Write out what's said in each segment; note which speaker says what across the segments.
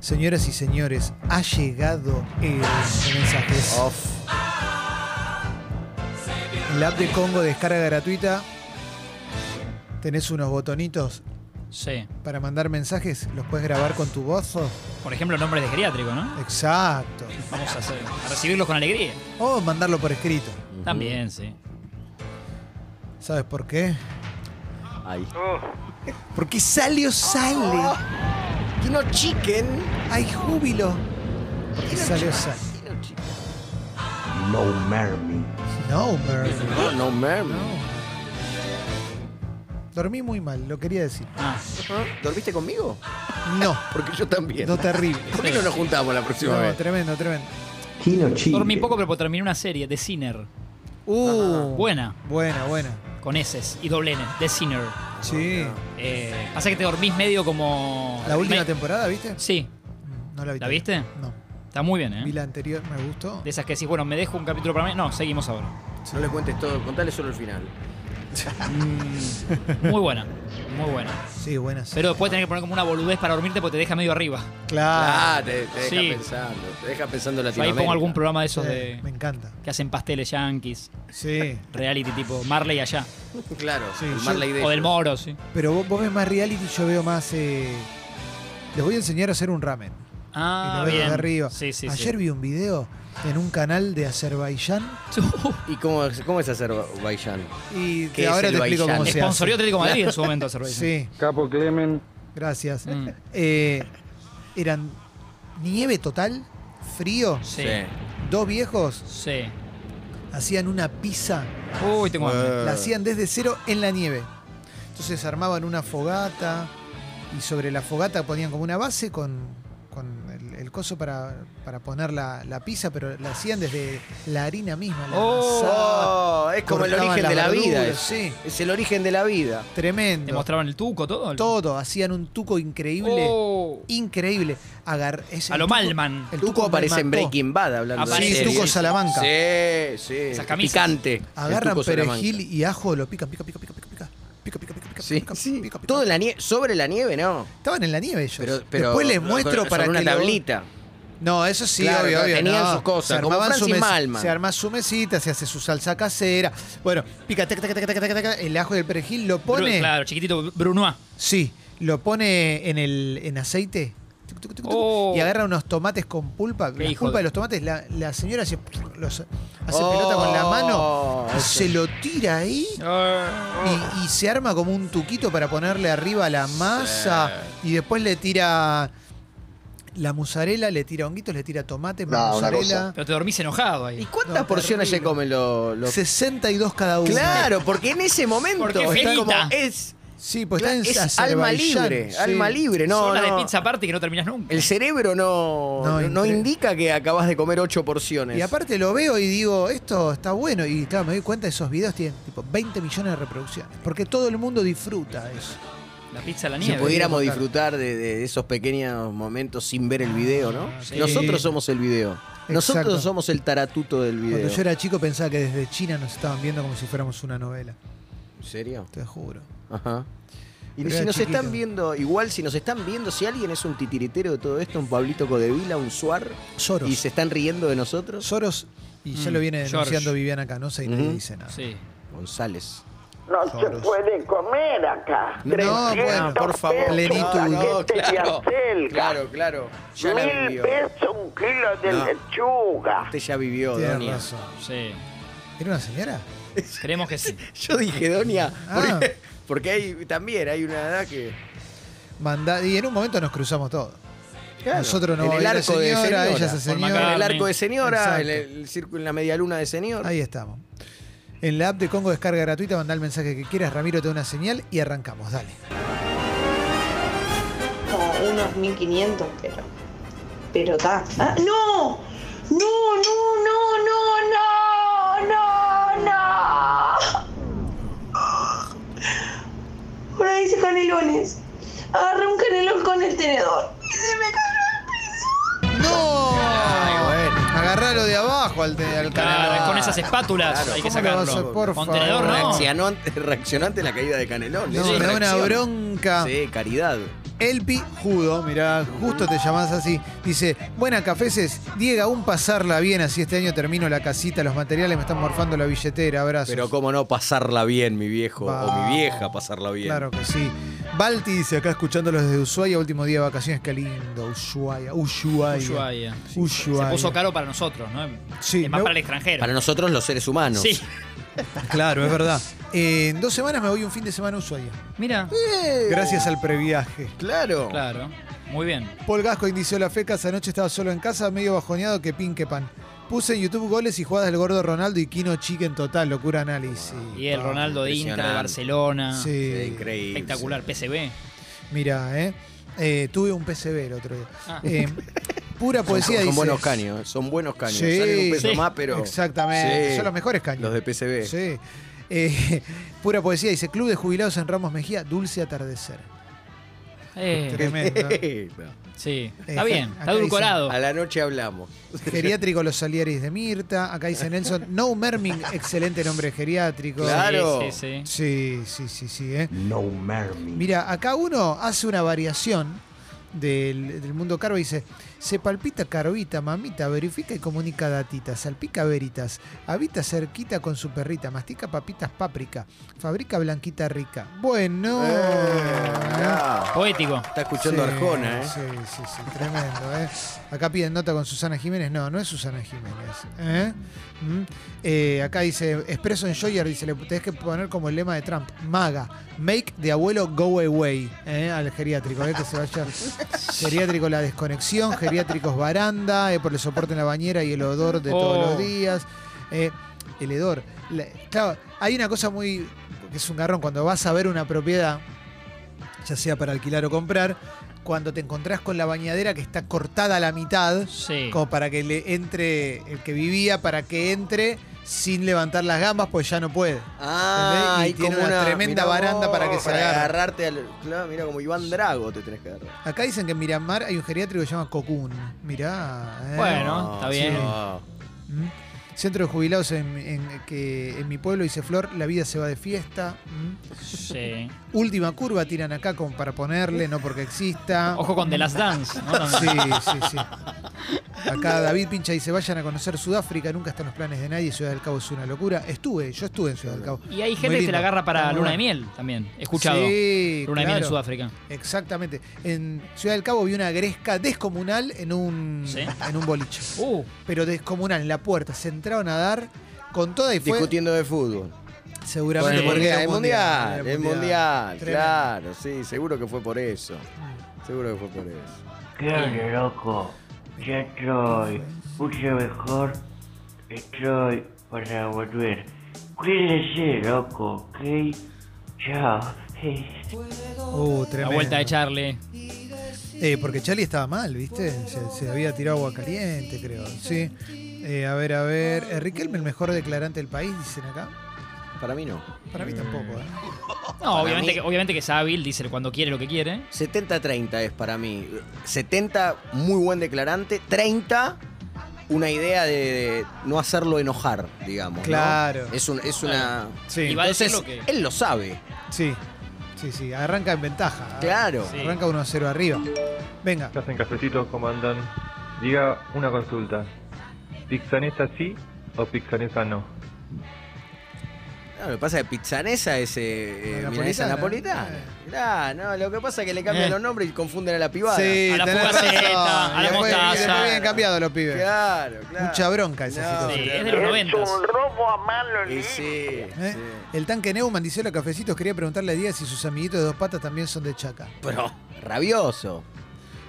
Speaker 1: Señoras y señores, ha llegado el mensajes. La app de Congo descarga gratuita. Tenés unos botonitos
Speaker 2: Sí.
Speaker 1: para mandar mensajes. Los puedes grabar con tu voz.
Speaker 2: Por ejemplo, nombres de geriátrico, ¿no?
Speaker 1: Exacto.
Speaker 2: Vamos a, hacer- a recibirlos con alegría.
Speaker 1: O mandarlo por escrito.
Speaker 2: También, sí.
Speaker 1: ¿Sabes por qué?
Speaker 3: Ahí.
Speaker 1: Porque salió sale.
Speaker 3: Kino Chicken.
Speaker 1: Hay júbilo. Porque salió sale.
Speaker 3: Kino Chicken.
Speaker 4: No Mermi.
Speaker 1: No, Merv.
Speaker 3: No, no, merm.
Speaker 1: Dormí muy mal, lo quería decir.
Speaker 2: Ah,
Speaker 3: ¿Dormiste conmigo?
Speaker 1: No,
Speaker 3: Porque yo también.
Speaker 1: no terrible.
Speaker 3: ¿Por qué no nos juntamos la próxima
Speaker 1: No,
Speaker 3: vez?
Speaker 1: tremendo, tremendo.
Speaker 4: Kino Chicken.
Speaker 2: dormí poco, pero terminé una serie, The Sinner.
Speaker 1: Uh,
Speaker 2: Ah, Buena,
Speaker 1: buena, buena.
Speaker 2: con S y doble N, The Sinner.
Speaker 1: Sí.
Speaker 2: Eh, pasa que te dormís medio como.
Speaker 1: La última
Speaker 2: me-
Speaker 1: temporada, ¿viste?
Speaker 2: Sí,
Speaker 1: No la vi.
Speaker 2: ¿La
Speaker 1: todavía.
Speaker 2: viste?
Speaker 1: No.
Speaker 2: está muy bien,
Speaker 1: Vi
Speaker 2: ¿eh?
Speaker 1: la anterior, me gustó.
Speaker 2: De esas que decís, bueno, me dejo un capítulo para mí. No, seguimos ahora.
Speaker 3: No le cuentes todo, contale solo el final.
Speaker 2: Muy buena, muy buena.
Speaker 1: Sí, buena. sí.
Speaker 2: Pero después tenés que poner como una boludez para dormirte porque te deja medio arriba.
Speaker 1: Claro.
Speaker 3: Ah, te, te deja
Speaker 2: Sí.
Speaker 3: pensando. Te deja pensando
Speaker 2: Yo ahí
Speaker 3: Latinoamérica.
Speaker 2: pongo algún programa de esos
Speaker 1: Sí,
Speaker 2: de.
Speaker 1: Me encanta.
Speaker 2: que hacen pasteles yankees,
Speaker 1: Sí.
Speaker 2: reality tipo Marley allá.
Speaker 3: Claro,
Speaker 1: Sí,
Speaker 3: el
Speaker 1: yo-
Speaker 3: Marley de
Speaker 2: O del
Speaker 3: ellos.
Speaker 2: Moro, sí.
Speaker 1: Pero vos, vos ves más reality, yo veo más. eh, Les voy a enseñar a hacer un ramen. Y lo
Speaker 2: Ah,
Speaker 1: veo
Speaker 2: bien.
Speaker 1: desde arriba.
Speaker 2: Sí, sí,
Speaker 1: Ayer
Speaker 2: sí.
Speaker 1: vi un video en un canal de Azerbaiyán
Speaker 3: ¿Y cómo, es- cómo es Azerbaiyán?
Speaker 1: y
Speaker 3: ¿Qué
Speaker 1: te-
Speaker 3: es
Speaker 1: ahora
Speaker 3: el
Speaker 1: te explico
Speaker 3: Baiyán?
Speaker 1: cómo se hace.
Speaker 2: Sponsorió Atlético de Madrid en su momento Azerbaiyán.
Speaker 1: Sí,
Speaker 4: Capo Clemen.
Speaker 1: gracias.
Speaker 2: Mm.
Speaker 1: Eh, eran nieve total, frío.
Speaker 2: Sí.
Speaker 1: Dos viejos
Speaker 2: Sí.
Speaker 1: hacían una pizza,
Speaker 2: Uy, tengo hambre.
Speaker 1: la hacían desde cero en la nieve. Entonces armaban una fogata y sobre la fogata ponían como una base con, con el, el coso para, para poner la, la pizza, pero la hacían desde la harina misma. La
Speaker 2: Oh.
Speaker 1: amasaban.
Speaker 3: Oh, es como el
Speaker 1: Cortaban
Speaker 3: origen
Speaker 1: las
Speaker 3: de la vida.
Speaker 1: verduras, sí.
Speaker 3: es- Es el origen de la vida.
Speaker 2: ¿Te
Speaker 1: Tremendo.
Speaker 2: mostraban el tuco todo?
Speaker 1: Todo, hacían un tuco increíble.
Speaker 2: Oh.
Speaker 1: Increíble. Agar, es el
Speaker 2: A lo
Speaker 1: tuco-
Speaker 2: Malman.
Speaker 1: El
Speaker 3: Tuco aparece en Breaking Bad hablando de
Speaker 2: Aparece.
Speaker 1: Sí,
Speaker 3: series.
Speaker 1: Tuco Salamanca.
Speaker 3: Sí, sí.
Speaker 2: Esas camisas.
Speaker 3: Picante. el
Speaker 1: Agarran
Speaker 3: Tuco Salamanca.
Speaker 1: perejil y ajo, lo pican, pica, pica, pica, pica. Pica, pica, pica, pica,
Speaker 3: Sí,
Speaker 1: pica,
Speaker 3: sí.
Speaker 1: pica, pica.
Speaker 3: Todo en la nieve, sobre la nieve, no.
Speaker 1: Estaban en la nieve ellos.
Speaker 3: Pero, pero
Speaker 1: Después les
Speaker 3: con-
Speaker 1: muestro
Speaker 3: con-
Speaker 1: para
Speaker 3: sobre
Speaker 1: que
Speaker 3: una
Speaker 1: lo-
Speaker 3: tablita.
Speaker 1: No, eso sí,
Speaker 3: Claro,
Speaker 1: obvio, obvio.
Speaker 3: tenían
Speaker 1: no.
Speaker 3: sus cosas,
Speaker 1: Se
Speaker 3: como
Speaker 1: armaban su
Speaker 3: Francis
Speaker 1: mes-
Speaker 3: Malman.
Speaker 1: Se arma su mesita, se hace su salsa casera. Bueno, pica, tac, tac, tac, tac, tac, tac, el ajo y el perejil lo
Speaker 2: Bru-
Speaker 1: pone.
Speaker 2: claro, chiquitito Brunois.
Speaker 1: Sí, lo pone en el en aceite. tuc, tuc, tuc, tuc,
Speaker 2: Oh.
Speaker 1: Y agarra unos tomates con pulpa.
Speaker 2: Qué
Speaker 1: La
Speaker 2: hijo
Speaker 1: pulpa de
Speaker 2: de-
Speaker 1: los tomates, la, la señora hace, los- hace
Speaker 3: Oh, Ah,
Speaker 1: pelota con la mano,
Speaker 3: ese.
Speaker 1: se lo tira ahí y, y se arma como un tuquito para ponerle arriba la masa. Y después le tira la mozzarella, le tira honguitos, le tira tomate,
Speaker 5: No, una
Speaker 1: mozzarella.
Speaker 2: Pero te dormís enojado
Speaker 3: ¿Y
Speaker 2: ahí.
Speaker 3: cuántas
Speaker 1: No,
Speaker 3: porciones se
Speaker 1: terrible.
Speaker 3: comen los.? los-
Speaker 1: 62 cada uno.
Speaker 3: Claro, porque en ese momento
Speaker 2: Porque
Speaker 3: es
Speaker 2: Felita.
Speaker 3: como. Es,
Speaker 1: Sí, pues está en
Speaker 3: es alma
Speaker 1: Azerbaiyán,
Speaker 3: libre,
Speaker 1: sí.
Speaker 3: alma libre. No,
Speaker 2: Son las
Speaker 3: no.
Speaker 2: de pizza aparte que no terminás nunca.
Speaker 3: El cerebro no,
Speaker 1: No,
Speaker 3: no, no
Speaker 1: entre-
Speaker 3: indica que acabas de comer ocho porciones.
Speaker 1: Y aparte lo veo y digo, esto está bueno. Y claro, me doy cuenta, esos videos tienen tipo 20 millones de reproducciones. Porque todo el mundo disfruta eso.
Speaker 2: La pizza a la
Speaker 3: si
Speaker 2: nieve.
Speaker 3: pudiéramos
Speaker 1: Claro.
Speaker 3: disfrutar de, de esos pequeños momentos sin ver el video, ¿no?
Speaker 2: Sí.
Speaker 3: Nosotros somos el video. Nosotros
Speaker 1: Ah, Exacto.
Speaker 3: somos el taratuto del video.
Speaker 1: Cuando yo era chico pensaba que desde China nos estaban viendo como si fuéramos una novela.
Speaker 3: ¿En serio?
Speaker 1: Te juro.
Speaker 3: Ajá. Y
Speaker 1: Pero
Speaker 3: si
Speaker 1: era
Speaker 3: nos
Speaker 1: chiquito.
Speaker 3: están viendo, igual si nos están viendo, si alguien es un titiritero de todo esto, un Pablito Codevila, un Suar,
Speaker 1: Soros.
Speaker 3: y se están riendo de nosotros,
Speaker 1: Soros, y ya
Speaker 2: Mm,
Speaker 1: lo viene denunciando
Speaker 2: George.
Speaker 1: Viviana Canosa y nadie
Speaker 3: Ujú.
Speaker 1: dice nada.
Speaker 2: Sí.
Speaker 3: González.
Speaker 6: No
Speaker 1: Solos.
Speaker 6: se puede comer acá.
Speaker 1: No, bueno,
Speaker 3: por favor.
Speaker 1: Plenitud.
Speaker 3: No, no,
Speaker 6: claro,
Speaker 3: claro, claro, claro. Ya la
Speaker 6: Mil
Speaker 3: vivió.
Speaker 6: pesos un kilo de
Speaker 3: No.
Speaker 6: lechuga.
Speaker 3: Usted ya vivió,
Speaker 1: Tienes
Speaker 3: Donia.
Speaker 1: razón.
Speaker 2: Sí.
Speaker 1: ¿Era una señora?
Speaker 2: Creemos que sí.
Speaker 3: Yo dije, Donia,
Speaker 1: Ah.
Speaker 3: porque, porque hay, también hay una edad que...
Speaker 1: Manda- y en un momento nos cruzamos todos.
Speaker 3: Claro,
Speaker 1: Nosotros no.
Speaker 3: en el
Speaker 1: era
Speaker 3: arco de
Speaker 1: señora,
Speaker 3: señora.
Speaker 1: ella se
Speaker 2: Paul
Speaker 1: señora.
Speaker 3: En
Speaker 2: McCartney.
Speaker 3: el arco de señora,
Speaker 1: Exacto.
Speaker 3: en el, círculo, en la medialuna de señor.
Speaker 1: Ahí estamos. En la app de Congo descarga gratuita, mandá el mensaje que quieras, Ramiro te da una señal y arrancamos, dale.
Speaker 7: como unos 1500, pero. Pero está. ¡Ah, ¡No! ¡No, no, no, no, no! ¡No, no! Ahora hice canelones. Agarré un canelón con el tenedor y se me cayó al piso.
Speaker 1: ¡No! Agarralo de abajo al, te- al
Speaker 2: Claro,
Speaker 1: canal.
Speaker 2: con esas espátulas
Speaker 3: Claro.
Speaker 2: hay que
Speaker 1: ¿Cómo lo vas a
Speaker 2: sacarlo.
Speaker 1: hacer? Por
Speaker 2: Con
Speaker 1: favor.
Speaker 2: tenedor, no.
Speaker 3: Reaccionó ante, reaccionó ante la caída de Canelón.
Speaker 1: No,
Speaker 3: Eso es
Speaker 1: me da una
Speaker 3: reacción.
Speaker 1: bronca.
Speaker 3: Sí, caridad.
Speaker 1: Elpi Judo, mirá, justo te llamás así. Dice, buena cafeses, Diego, aún pasarla bien, así este año termino la casita, los materiales me están morfando la billetera, abrazos.
Speaker 3: Pero cómo no pasarla bien, mi viejo. O
Speaker 1: Va.
Speaker 3: mi vieja pasarla bien.
Speaker 1: Claro que sí. Balti dice acá escuchándolos desde Ushuaia, último día de vacaciones, qué lindo, Ushuaia, Ushuaia.
Speaker 2: Ushuaia. Se
Speaker 1: Ushuaia.
Speaker 2: puso caro para nosotros, ¿no?
Speaker 1: Sí,
Speaker 2: es más
Speaker 1: me-
Speaker 2: para el extranjero.
Speaker 3: Para nosotros los seres humanos.
Speaker 2: Sí.
Speaker 1: Claro, es verdad. Eh, en dos semanas me voy un fin de semana a Ushuaia.
Speaker 2: Mira,
Speaker 1: Gracias al previaje.
Speaker 6: Claro.
Speaker 2: claro. Muy bien.
Speaker 1: Paul Gasco inició la fecas, anoche estaba solo en casa, medio bajoneado que pin que pan. Puse en YouTube goles y jugadas del gordo Ronaldo y Kino Chique en total, locura análisis.
Speaker 2: Y el Ronaldo de Inter, de
Speaker 3: impresionante.
Speaker 2: Barcelona.
Speaker 1: Sí, Eh,
Speaker 3: Sí, increíble.
Speaker 2: Espectacular, PCB.
Speaker 1: Mira, eh. Eh, tuve un PCB el otro día.
Speaker 2: Ah.
Speaker 1: Eh, pura
Speaker 3: Son,
Speaker 1: poesía
Speaker 3: son
Speaker 1: dice-
Speaker 3: buenos caños, son buenos caños.
Speaker 1: Sí.
Speaker 3: Salen un peso
Speaker 2: Sí.
Speaker 3: más, pero.
Speaker 1: Exactamente,
Speaker 3: Sí.
Speaker 1: son los mejores caños.
Speaker 3: Los de PCB.
Speaker 1: Sí. Eh, pura poesía dice Club de Jubilados en Ramos Mejía, Dulce Atardecer.
Speaker 2: Eh,
Speaker 1: Tremendo.
Speaker 2: sí.
Speaker 1: acá-
Speaker 2: Está bien,
Speaker 1: acá
Speaker 2: está
Speaker 1: dice-
Speaker 2: edulcorado.
Speaker 3: A la noche hablamos.
Speaker 1: Geriátrico Los Salieris de Mirta. Acá dice Nelson, No Merming, excelente nombre geriátrico.
Speaker 3: Claro.
Speaker 2: Sí, sí, sí.
Speaker 1: Sí, sí, sí, sí. eh.
Speaker 4: No Mermy.
Speaker 1: Mira, acá uno hace una variación del, del mundo carbo y dice, se palpita carvita, mamita, verifica y comunica datitas, salpica veritas, habita cerquita con su perrita, mastica papitas páprica, fabrica blanquita rica. Bueno.
Speaker 3: Ah,
Speaker 2: Poético.
Speaker 3: está escuchando
Speaker 1: Sí,
Speaker 3: Arjona, ¿eh?
Speaker 1: Sí, sí, sí, tremendo, ¿eh? Acá piden nota con Susana Jiménez. No, no es Susana Jiménez. ¿eh? Mm. Eh, acá dice, expreso en Joyer, dice, le tenés que poner como el lema de Trump, maga, make de abuelo go away, ¿eh? al geriátrico, ¿eh? que se vaya. Geriátrico la desconexión, geriátricos baranda, eh, por el soporte en la bañera y el odor de todos
Speaker 2: Oh.
Speaker 1: los días. eh, el hedor. La- claro, hay una cosa muy. que es un garrón. Cuando vas a ver una propiedad, ya sea para alquilar o comprar, cuando te encontrás con la bañadera que está cortada a la mitad,
Speaker 2: Sí.
Speaker 1: como para que le entre el que vivía, para que entre sin levantar las gambas, pues ya no puede.
Speaker 3: Ah,
Speaker 1: ¿Entendés? Y
Speaker 3: hay
Speaker 1: tiene
Speaker 3: como
Speaker 1: una tremenda
Speaker 3: mirá
Speaker 1: baranda
Speaker 3: vos,
Speaker 1: para que se agarre.
Speaker 3: agarrarte al. Claro, mira, como Iván Drago te tenés que agarrar.
Speaker 1: Acá dicen que en Miramar hay un geriátrico que se llama Cocún. Mirá. eh.
Speaker 2: Bueno, Ah,
Speaker 3: Ah,
Speaker 2: está bien.
Speaker 3: no.
Speaker 1: ¿Mm? Centro de jubilados en, en- que en mi pueblo dice Flor, la vida se va de fiesta. ¿Mm?
Speaker 2: Sí.
Speaker 1: Última curva tiran acá como para ponerle, no porque exista.
Speaker 2: Ojo con The Last Dance, ¿no? También.
Speaker 1: Sí, sí, sí. Acá David Pincha dice, vayan a conocer Sudáfrica, nunca están los planes de nadie, Ciudad del Cabo es una locura. Estuve, yo estuve en Ciudad del Cabo.
Speaker 2: Y hay
Speaker 1: Muy
Speaker 2: gente que
Speaker 1: lindo.
Speaker 2: se la agarra para
Speaker 1: Está muy
Speaker 2: Luna
Speaker 1: bueno.
Speaker 2: de Miel también. He escuchado.
Speaker 1: Sí,
Speaker 2: Luna de Miel en
Speaker 1: claro.
Speaker 2: Sudáfrica.
Speaker 1: Exactamente. En Ciudad del Cabo vi una gresca descomunal en un,
Speaker 2: Sí.
Speaker 1: en un boliche.
Speaker 2: Uh,
Speaker 1: Pero descomunal, en la puerta. Se entraron a dar con toda y fue...
Speaker 3: Discutiendo de fútbol.
Speaker 1: Seguramente
Speaker 3: Con el
Speaker 1: porque era
Speaker 3: mundial,
Speaker 1: un
Speaker 3: mundial,
Speaker 1: era
Speaker 3: el
Speaker 1: un
Speaker 3: mundial,
Speaker 1: Tremendo.
Speaker 3: claro, sí, seguro que fue por eso. Seguro que fue por eso.
Speaker 8: Qué loco. Ya estoy mucho mejor. Estoy para volver. Cuídense, loco, ¿ok? Chao.
Speaker 1: Uh,
Speaker 2: la
Speaker 1: tremendo.
Speaker 2: vuelta de Charlie.
Speaker 1: Eh, porque Charlie estaba mal, ¿viste? Se, se había tirado agua caliente, creo. Sí. Eh, a ver, a ver. Eh, Riquelme, el mejor declarante del país, dicen acá.
Speaker 3: Para mí no.
Speaker 1: Para mí tampoco, ¿eh?
Speaker 2: No, obviamente
Speaker 3: mí-
Speaker 2: que, obviamente que es hábil, dice cuando quiere lo que quiere.
Speaker 3: 70-30 es para mí. 70, muy buen declarante. 30, una idea de, de no hacerlo enojar, digamos. ¿no?
Speaker 1: Claro.
Speaker 3: Es, un, es una.
Speaker 2: Y
Speaker 1: Sí,
Speaker 2: va a decir
Speaker 3: Entonces,
Speaker 2: lo que-
Speaker 3: él lo sabe.
Speaker 1: sí. Sí, sí. Arranca en ventaja. ¿eh?
Speaker 3: Claro.
Speaker 2: Sí.
Speaker 1: Arranca 1-0 arriba. Venga.
Speaker 9: ¿Qué hacen cafecitos? ¿Cómo andan? Diga una consulta. ¿Pixanesa sí o pixanesa no?
Speaker 3: No, lo que pasa es que pizzanesa es eh, eh,
Speaker 1: Napolitana.
Speaker 3: milanesa napolitana.
Speaker 1: Eh.
Speaker 3: Claro, no, lo que pasa es que le cambian
Speaker 2: Eh.
Speaker 3: los nombres y confunden a la pibada.
Speaker 1: Sí,
Speaker 2: A la
Speaker 1: tenés
Speaker 2: fugaceta,
Speaker 1: razón.
Speaker 2: a la
Speaker 1: Y después- y
Speaker 2: mostaza.
Speaker 1: después vienen cambiados los pibes.
Speaker 3: Claro, claro.
Speaker 1: Mucha bronca esa situación.
Speaker 2: Sí, es de los
Speaker 3: claro.
Speaker 2: 90.
Speaker 8: Es un robo a mano
Speaker 3: Y
Speaker 8: libre.
Speaker 3: sí,
Speaker 1: ¿Eh?
Speaker 3: sí.
Speaker 1: El tanque Neumann dice hola cafecitos, quería preguntarle a Díaz si sus amiguitos de dos patas también son de Chaca.
Speaker 3: Pero rabioso.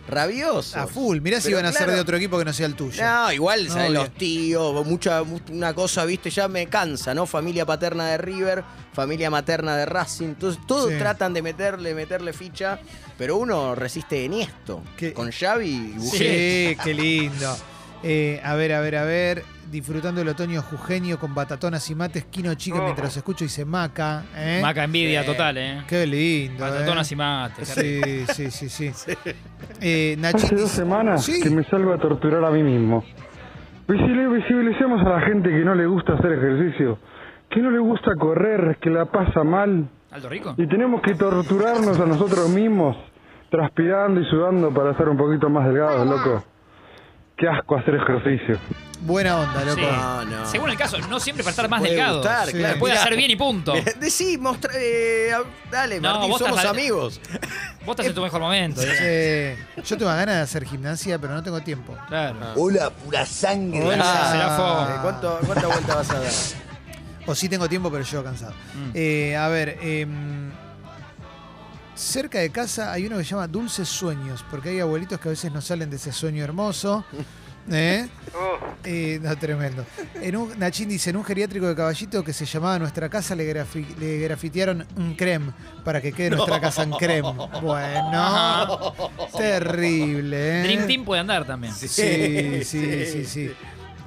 Speaker 3: Rabioso.
Speaker 1: A full, mirá si
Speaker 3: Pero
Speaker 1: van a ser
Speaker 3: claro.
Speaker 1: de otro equipo que no sea el tuyo.
Speaker 3: No, igual,
Speaker 1: No,
Speaker 3: ¿sabes?
Speaker 1: obvio.
Speaker 3: los tíos, mucha, una cosa, viste, ya me cansa, ¿no? Familia paterna de River, familia materna de Racing, entonces todos
Speaker 1: Sí.
Speaker 3: tratan de meterle, meterle ficha, pero uno resiste en esto,
Speaker 1: ¿Qué?
Speaker 3: con Xavi y Busquets.
Speaker 1: Sí, qué lindo. Eh, a ver, a ver, a ver. Disfrutando el otoño jujeño con batatonas y mates, quino chica mientras escucho y se maca. ¿eh?
Speaker 2: Oh. Maca envidia
Speaker 3: Sí.
Speaker 2: total, ¿eh?
Speaker 1: Qué lindo.
Speaker 2: Patatonas
Speaker 1: eh.
Speaker 2: y mates.
Speaker 1: Sí, sí, sí, sí. Eh, Nachín
Speaker 4: Hace dos
Speaker 1: dice-
Speaker 4: semanas
Speaker 1: Sí.
Speaker 4: que me salgo a torturar a mí mismo. Visible- Visibilicemos a la gente que no le gusta hacer ejercicio, que no le gusta correr, que la pasa mal,
Speaker 2: Aldo Rico.
Speaker 4: y tenemos que torturarnos a nosotros mismos transpirando y sudando para ser un poquito más delgado, loco. Qué asco hacer ejercicio.
Speaker 1: Buena onda, loco.
Speaker 2: Sí.
Speaker 3: No, no.
Speaker 2: Según el caso, no siempre para estar más
Speaker 3: Puede
Speaker 2: delgado.
Speaker 3: gustar,
Speaker 1: Sí.
Speaker 3: claro.
Speaker 2: Puede
Speaker 3: Mirá,
Speaker 2: hacer bien y punto.
Speaker 3: mirá, Decí, mostra, eh, dale,
Speaker 2: No,
Speaker 3: Martín,
Speaker 2: vos
Speaker 3: somos
Speaker 2: estás-
Speaker 3: amigos.
Speaker 2: Vos estás en tu mejor momento. ¿eh?
Speaker 1: Sí. Yo tengo ganas de hacer gimnasia, pero no tengo tiempo. Ah.
Speaker 2: Claro.
Speaker 10: Hola, pura sangre.
Speaker 2: Hola. Serafo.
Speaker 3: Eh, ¿cuánto- ¿Cuánta vuelta vas a dar?
Speaker 1: O sí tengo tiempo, pero llego cansado.
Speaker 2: Mm.
Speaker 1: Eh, a ver, em, cerca de casa hay uno que se llama Dulces Sueños, porque hay abuelitos que a veces no salen de ese sueño hermoso. ¿Eh? Eh, no, tremendo. En un, Nachín dice, en un geriátrico de caballito que se llamaba Nuestra Casa le, grafi- le grafitearon un creme para que quede nuestra casa en creme. Bueno, terrible. ¿eh?
Speaker 2: Dream Team puede andar también.
Speaker 1: Sí, sí, sí, sí.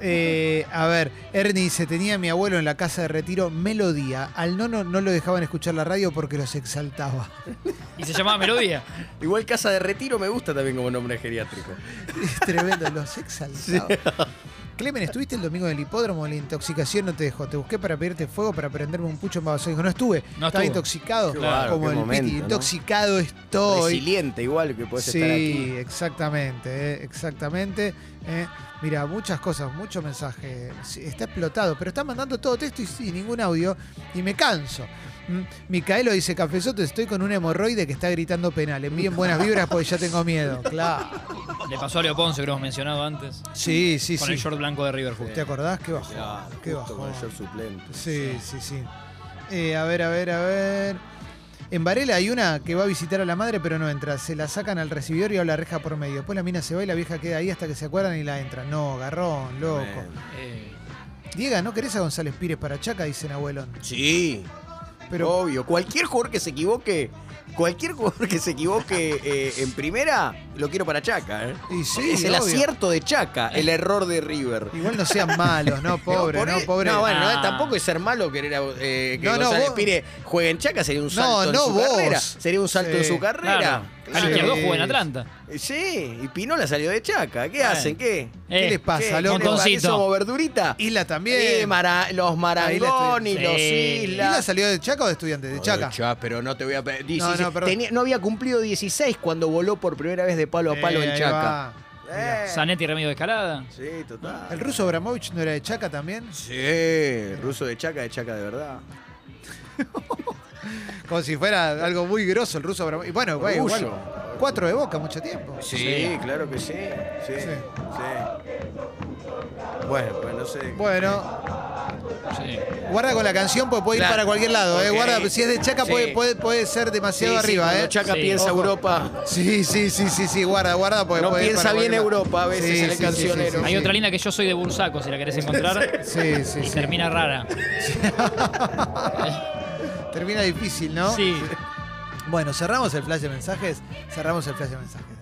Speaker 1: Eh, a ver, Ernie dice, tenía a mi abuelo en la casa de retiro Melodía. Al nono no lo dejaban escuchar la radio porque los exaltaba.
Speaker 2: Y se llamaba Melodía.
Speaker 3: Igual Casa de Retiro me gusta también como nombre geriátrico.
Speaker 1: Es tremendo, los exaltaba. Clemen, ¿estuviste el domingo en el hipódromo? La intoxicación no te dejó. Te busqué para pedirte fuego para prenderme un pucho en vaso. Dijo, no estuve. Estaba
Speaker 2: No estuve.
Speaker 1: intoxicado.
Speaker 3: Qué bárbaro,
Speaker 1: como
Speaker 3: qué
Speaker 1: el
Speaker 3: momento,
Speaker 1: Piti.
Speaker 3: ¿no?
Speaker 1: Intoxicado estoy.
Speaker 3: Resiliente igual que puedes
Speaker 1: sí,
Speaker 3: estar aquí.
Speaker 1: exactamente, eh, exactamente. eh. Mira, muchas cosas, mucho mensaje. Sí, Está explotado, pero está mandando todo texto y sin ningún audio y me canso. Mm, Micaelo dice, Cafezote, estoy con un hemorroide que está gritando penal. Envíen buenas vibras porque ya tengo miedo. Claro.
Speaker 2: Le pasó a Leo Ponce, que lo hemos mencionado antes.
Speaker 1: Sí, sí,
Speaker 2: con
Speaker 1: sí.
Speaker 2: el short blanco de River Hood.
Speaker 1: ¿Te acordás? Qué bajó.
Speaker 3: Claro,
Speaker 1: Qué
Speaker 3: justo con
Speaker 1: bajó.
Speaker 3: el short suplente.
Speaker 1: Sí, sí, sí. Eh, a ver, a ver, a ver. En Varela hay una que va a visitar a la madre, pero no entra. Se la sacan al recibidor y habla reja por medio. Después la mina se va y la vieja queda ahí hasta que se acuerdan y la entra. No, garrón, loco.
Speaker 2: Eh,
Speaker 1: Diego, ¿no querés a González Pires para Chaca? Dicen abuelón.
Speaker 3: Sí,
Speaker 1: Pero
Speaker 3: obvio. Cualquier jugador que se equivoque, cualquier jugador que se equivoque eh, en primera, lo quiero para Chaca. ¿eh?
Speaker 1: y sí,
Speaker 3: es el
Speaker 1: obvio.
Speaker 3: acierto de Chaca, el error de River.
Speaker 1: Igual no sean malos, no, pobre,
Speaker 3: Oh. Por
Speaker 1: no,
Speaker 3: ahí-
Speaker 1: pobre.
Speaker 3: No, bueno, no,
Speaker 2: Ah.
Speaker 3: tampoco es ser malo querer eh, que
Speaker 1: No, no,
Speaker 3: González
Speaker 1: vos-
Speaker 3: Pire juegue en Chaca, sería un salto en
Speaker 1: no,
Speaker 3: su
Speaker 1: vos.
Speaker 3: carrera. Sería un salto
Speaker 1: Sí.
Speaker 3: en su carrera.
Speaker 2: claro.
Speaker 1: Sí.
Speaker 2: Al izquierdo jugó en Atlanta.
Speaker 3: Sí, y Pinola salió de Chaca. ¿Qué
Speaker 2: Bueno.
Speaker 3: hacen? ¿Qué?
Speaker 1: ¿Qué
Speaker 2: Eh,
Speaker 1: les pasa, loco?
Speaker 3: ¿Qué? ¿Qué les parece?
Speaker 2: Montoncito.
Speaker 3: ¿Somos verdurita?
Speaker 1: Isla también.
Speaker 3: Eh, Mara- los Marangoni,
Speaker 2: Ahí la
Speaker 3: los
Speaker 2: estoy- sí.
Speaker 3: Islas.
Speaker 1: ¿Isla salió de Chaca o de estudiante? De Chaca.
Speaker 3: Cha, pero no te voy a pedir. 16.
Speaker 1: no, perdón.
Speaker 3: Tenía- no había cumplido 16 cuando voló por primera vez de palo a palo
Speaker 1: Eh,
Speaker 3: en
Speaker 1: ahí
Speaker 3: Chaca.
Speaker 1: va.
Speaker 3: Eh.
Speaker 2: Zanetti y Remedio de Escalada.
Speaker 3: Sí, total.
Speaker 1: ¿El ruso Abramovich no era de Chaca también?
Speaker 3: Sí, el ruso de Chaca, de Chaca de verdad.
Speaker 1: Como si fuera algo muy grosso el ruso Abramovich. Y bueno, güey,
Speaker 3: Orgullo.
Speaker 1: igual, cuatro de boca mucho tiempo.
Speaker 3: Sí, claro que sí. Sí,
Speaker 1: Sí.
Speaker 3: sí. Bueno, pues no sé.
Speaker 1: Bueno,
Speaker 2: Sí.
Speaker 1: guarda con la canción porque puede ir
Speaker 3: Claro.
Speaker 1: para cualquier lado, ¿eh?
Speaker 3: Ok.
Speaker 1: Guarda, si es de Chaca
Speaker 3: Sí.
Speaker 1: puede, puede, puede ser
Speaker 3: Sí,
Speaker 1: demasiado
Speaker 3: sí,
Speaker 1: arriba,
Speaker 3: cuando
Speaker 1: ¿eh?
Speaker 3: Chaca
Speaker 2: Sí.
Speaker 3: piensa
Speaker 2: Ojo.
Speaker 3: Europa.
Speaker 1: Sí, sí, sí, sí, sí, guarda, guarda porque
Speaker 3: No
Speaker 1: puede ir
Speaker 3: piensa
Speaker 1: para
Speaker 3: bien
Speaker 1: cualquier lado.
Speaker 3: Europa a veces en el cancionero.
Speaker 1: sí,
Speaker 2: Hay
Speaker 1: sí.
Speaker 2: otra linda que yo soy de Bursaco, si la querés encontrar.
Speaker 1: Sí, sí,
Speaker 2: y
Speaker 1: sí.
Speaker 2: termina rara.
Speaker 1: Termina difícil, ¿no?
Speaker 2: Sí.
Speaker 1: Bueno, cerramos el flash de mensajes. Cerramos el flash de mensajes.